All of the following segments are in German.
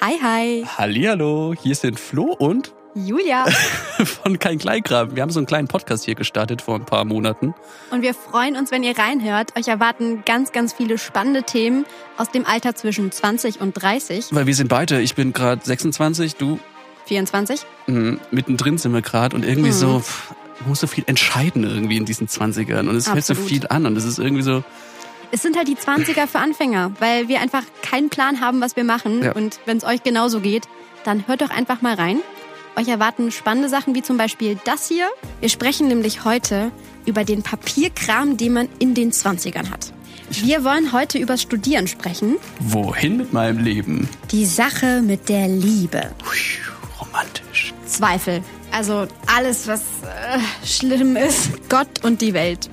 Hi, hi. Hallihallo, hier sind Flo und Julia. von Kein Kleingraben. Wir haben so einen kleinen Podcast hier gestartet vor ein paar Monaten. Und wir freuen uns, wenn ihr reinhört. Euch erwarten ganz, ganz viele spannende Themen aus dem Alter zwischen 20 und 30. Weil wir sind beide, ich bin gerade 26, du 24. mh, mittendrin sind wir gerade und irgendwie so, pff, man muss so viel entscheiden irgendwie in diesen 20ern und es fällt so Absolut. viel an und es ist irgendwie so, Es sind halt die 20er für Anfänger, weil wir einfach keinen Plan haben, was wir machen. Ja. Und wenn es euch genauso geht, dann hört doch einfach mal rein. Euch erwarten spannende Sachen wie zum Beispiel das hier. Wir sprechen nämlich heute über den Papierkram, den man in den 20ern hat. Wir wollen heute über Studieren sprechen. wohin mit meinem Leben? Die Sache mit der Liebe. Puh, romantisch. Zweifel. Also alles, was äh, schlimm ist. Gott und die Welt.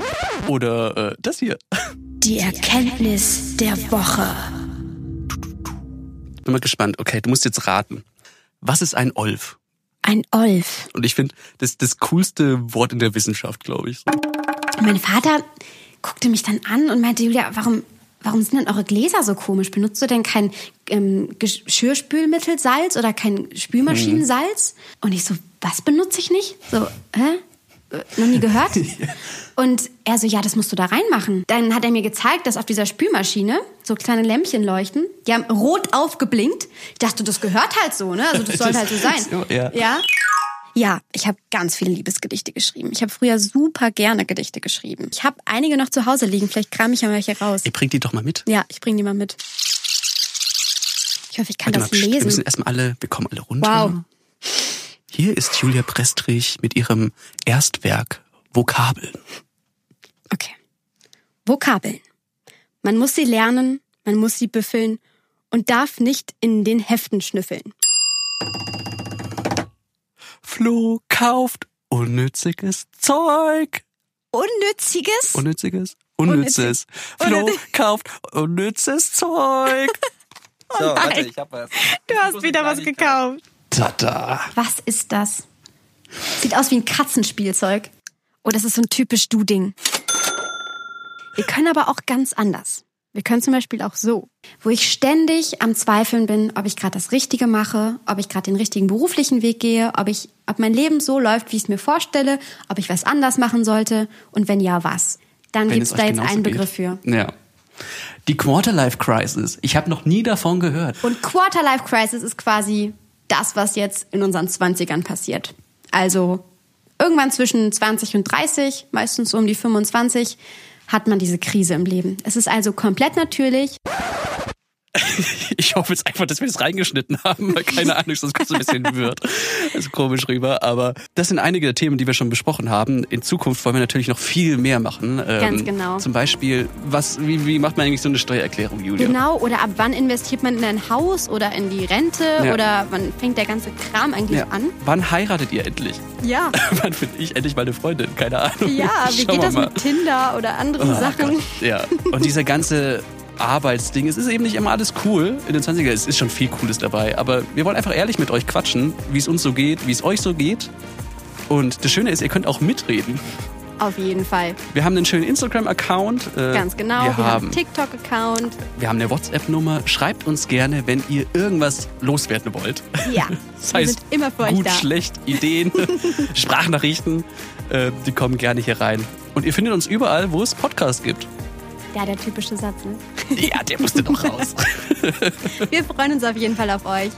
Oder äh, das hier. Die Erkenntnis der Woche. Bin mal gespannt. Okay, du musst jetzt raten. Was ist ein Olf? Ein Olf. Und ich finde, das das coolste Wort in der Wissenschaft, glaube ich. Mein Vater guckte mich dann an und meinte, Julia, warum, warum sind denn eure Gläser so komisch? Benutzt du denn kein ähm, Geschirrspülmittelsalz oder kein Spülmaschinensalz? Mhm. Und ich so, was benutze ich nicht? So, hä? Äh, Noch nie gehört? Und er so, ja, das musst du da reinmachen. Dann hat er mir gezeigt, dass auf dieser Spülmaschine so kleine Lämpchen leuchten. Die haben rot aufgeblinkt. Ich dachte, das gehört halt so, ne? Also das soll Das halt so ist sein. immer- ja. ja? Ja, ich habe ganz viele Liebesgedichte geschrieben. Ich habe früher super gerne Gedichte geschrieben. Ich habe einige noch zu Hause liegen. Vielleicht kram ich ja mal welche raus. Ey, bring die doch mal mit. Ja, ich bring die mal mit. Ich hoffe, ich kann das Warte mal, pst, Wir müssen lesen. erstmal alle, wir kommen alle runter. Hier ist Julia Prestrich mit ihrem Erstwerk Vokabeln. Okay. Vokabeln. Man muss sie lernen, man muss sie büffeln und darf nicht in den Heften schnüffeln. Flo kauft unnütziges Zeug. Unnütziges? Unnütziges? Unnützes. Flo Unnützig. kauft unnützes Zeug. so, warte, nein. ich hab was. du hast wieder was gekauft. Tada. Was ist das? Sieht aus wie ein Katzenspielzeug. Oh, das ist so ein typisch Du-Ding. Wir können aber auch ganz anders. Wir können zum Beispiel auch so, wo ich ständig am Zweifeln bin, ob ich gerade das Richtige mache, ob ich gerade den richtigen beruflichen Weg gehe, ob ich, ob mein Leben so läuft, wie ich es mir vorstelle, ob ich was anders machen sollte und wenn ja, was. Dann Wenn gibt es es euch da jetzt genauso einen geht. Begriff für. Ja. Die Quarterlife Crisis. Ich habe noch nie davon gehört. Und Quarterlife Crisis ist quasi das, was jetzt in unseren 20ern passiert. Also irgendwann zwischen 20 und 30, meistens so um die 25, hat man diese Krise im Leben. Es ist also komplett natürlich. Ich hoffe jetzt einfach, dass wir das reingeschnitten haben, weil keine Ahnung, sonst kommt es ein bisschen wird. Das ist komisch rüber. Aber das sind einige der Themen, die wir schon besprochen haben. In Zukunft wollen wir natürlich noch viel mehr machen. Ähm, Ganz genau. Zum Beispiel, was, wie, wie macht man eigentlich so eine Steuererklärung, Julia? Genau, oder ab wann investiert man in ein Haus oder in die Rente Ja. oder wann fängt der ganze Kram eigentlich Ja. an? Wann heiratet ihr endlich? Ja. Wann finde ich endlich meine Freundin? Keine Ahnung. Ja, wie Schauen geht wir das mal. mit Tinder oder anderen Oh Sachen? Gott, Ja. Und dieser ganze Arbeitsding, es ist eben nicht immer alles cool. In den 20er es ist schon viel Cooles dabei. Aber wir wollen einfach ehrlich mit euch quatschen, wie es uns so geht, wie es euch so geht. Und das Schöne ist, ihr könnt auch mitreden. Auf jeden Fall. Wir haben einen schönen Instagram-Account. äh, Ganz genau. Wir, wir haben haben, einen TikTok-Account. wir haben eine WhatsApp-Nummer. Schreibt uns gerne, wenn ihr irgendwas loswerden wollt. Ja. Das wir heißt, sind immer für euch gut, da. schlecht, Ideen, Sprachnachrichten, äh, die kommen gerne hier rein. Und ihr findet uns überall, wo es Podcasts gibt. Ja, der typische Satz, ne? Ja, der musste doch raus. Wir freuen uns auf jeden Fall auf euch.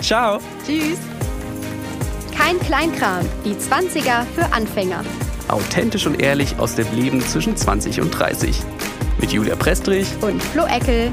Ciao. Tschüss. Kein Kleinkram. Die 20er für Anfänger. Authentisch und ehrlich aus dem Leben zwischen 20 und 30. Mit Julia Prestrich Und Flo Eckel.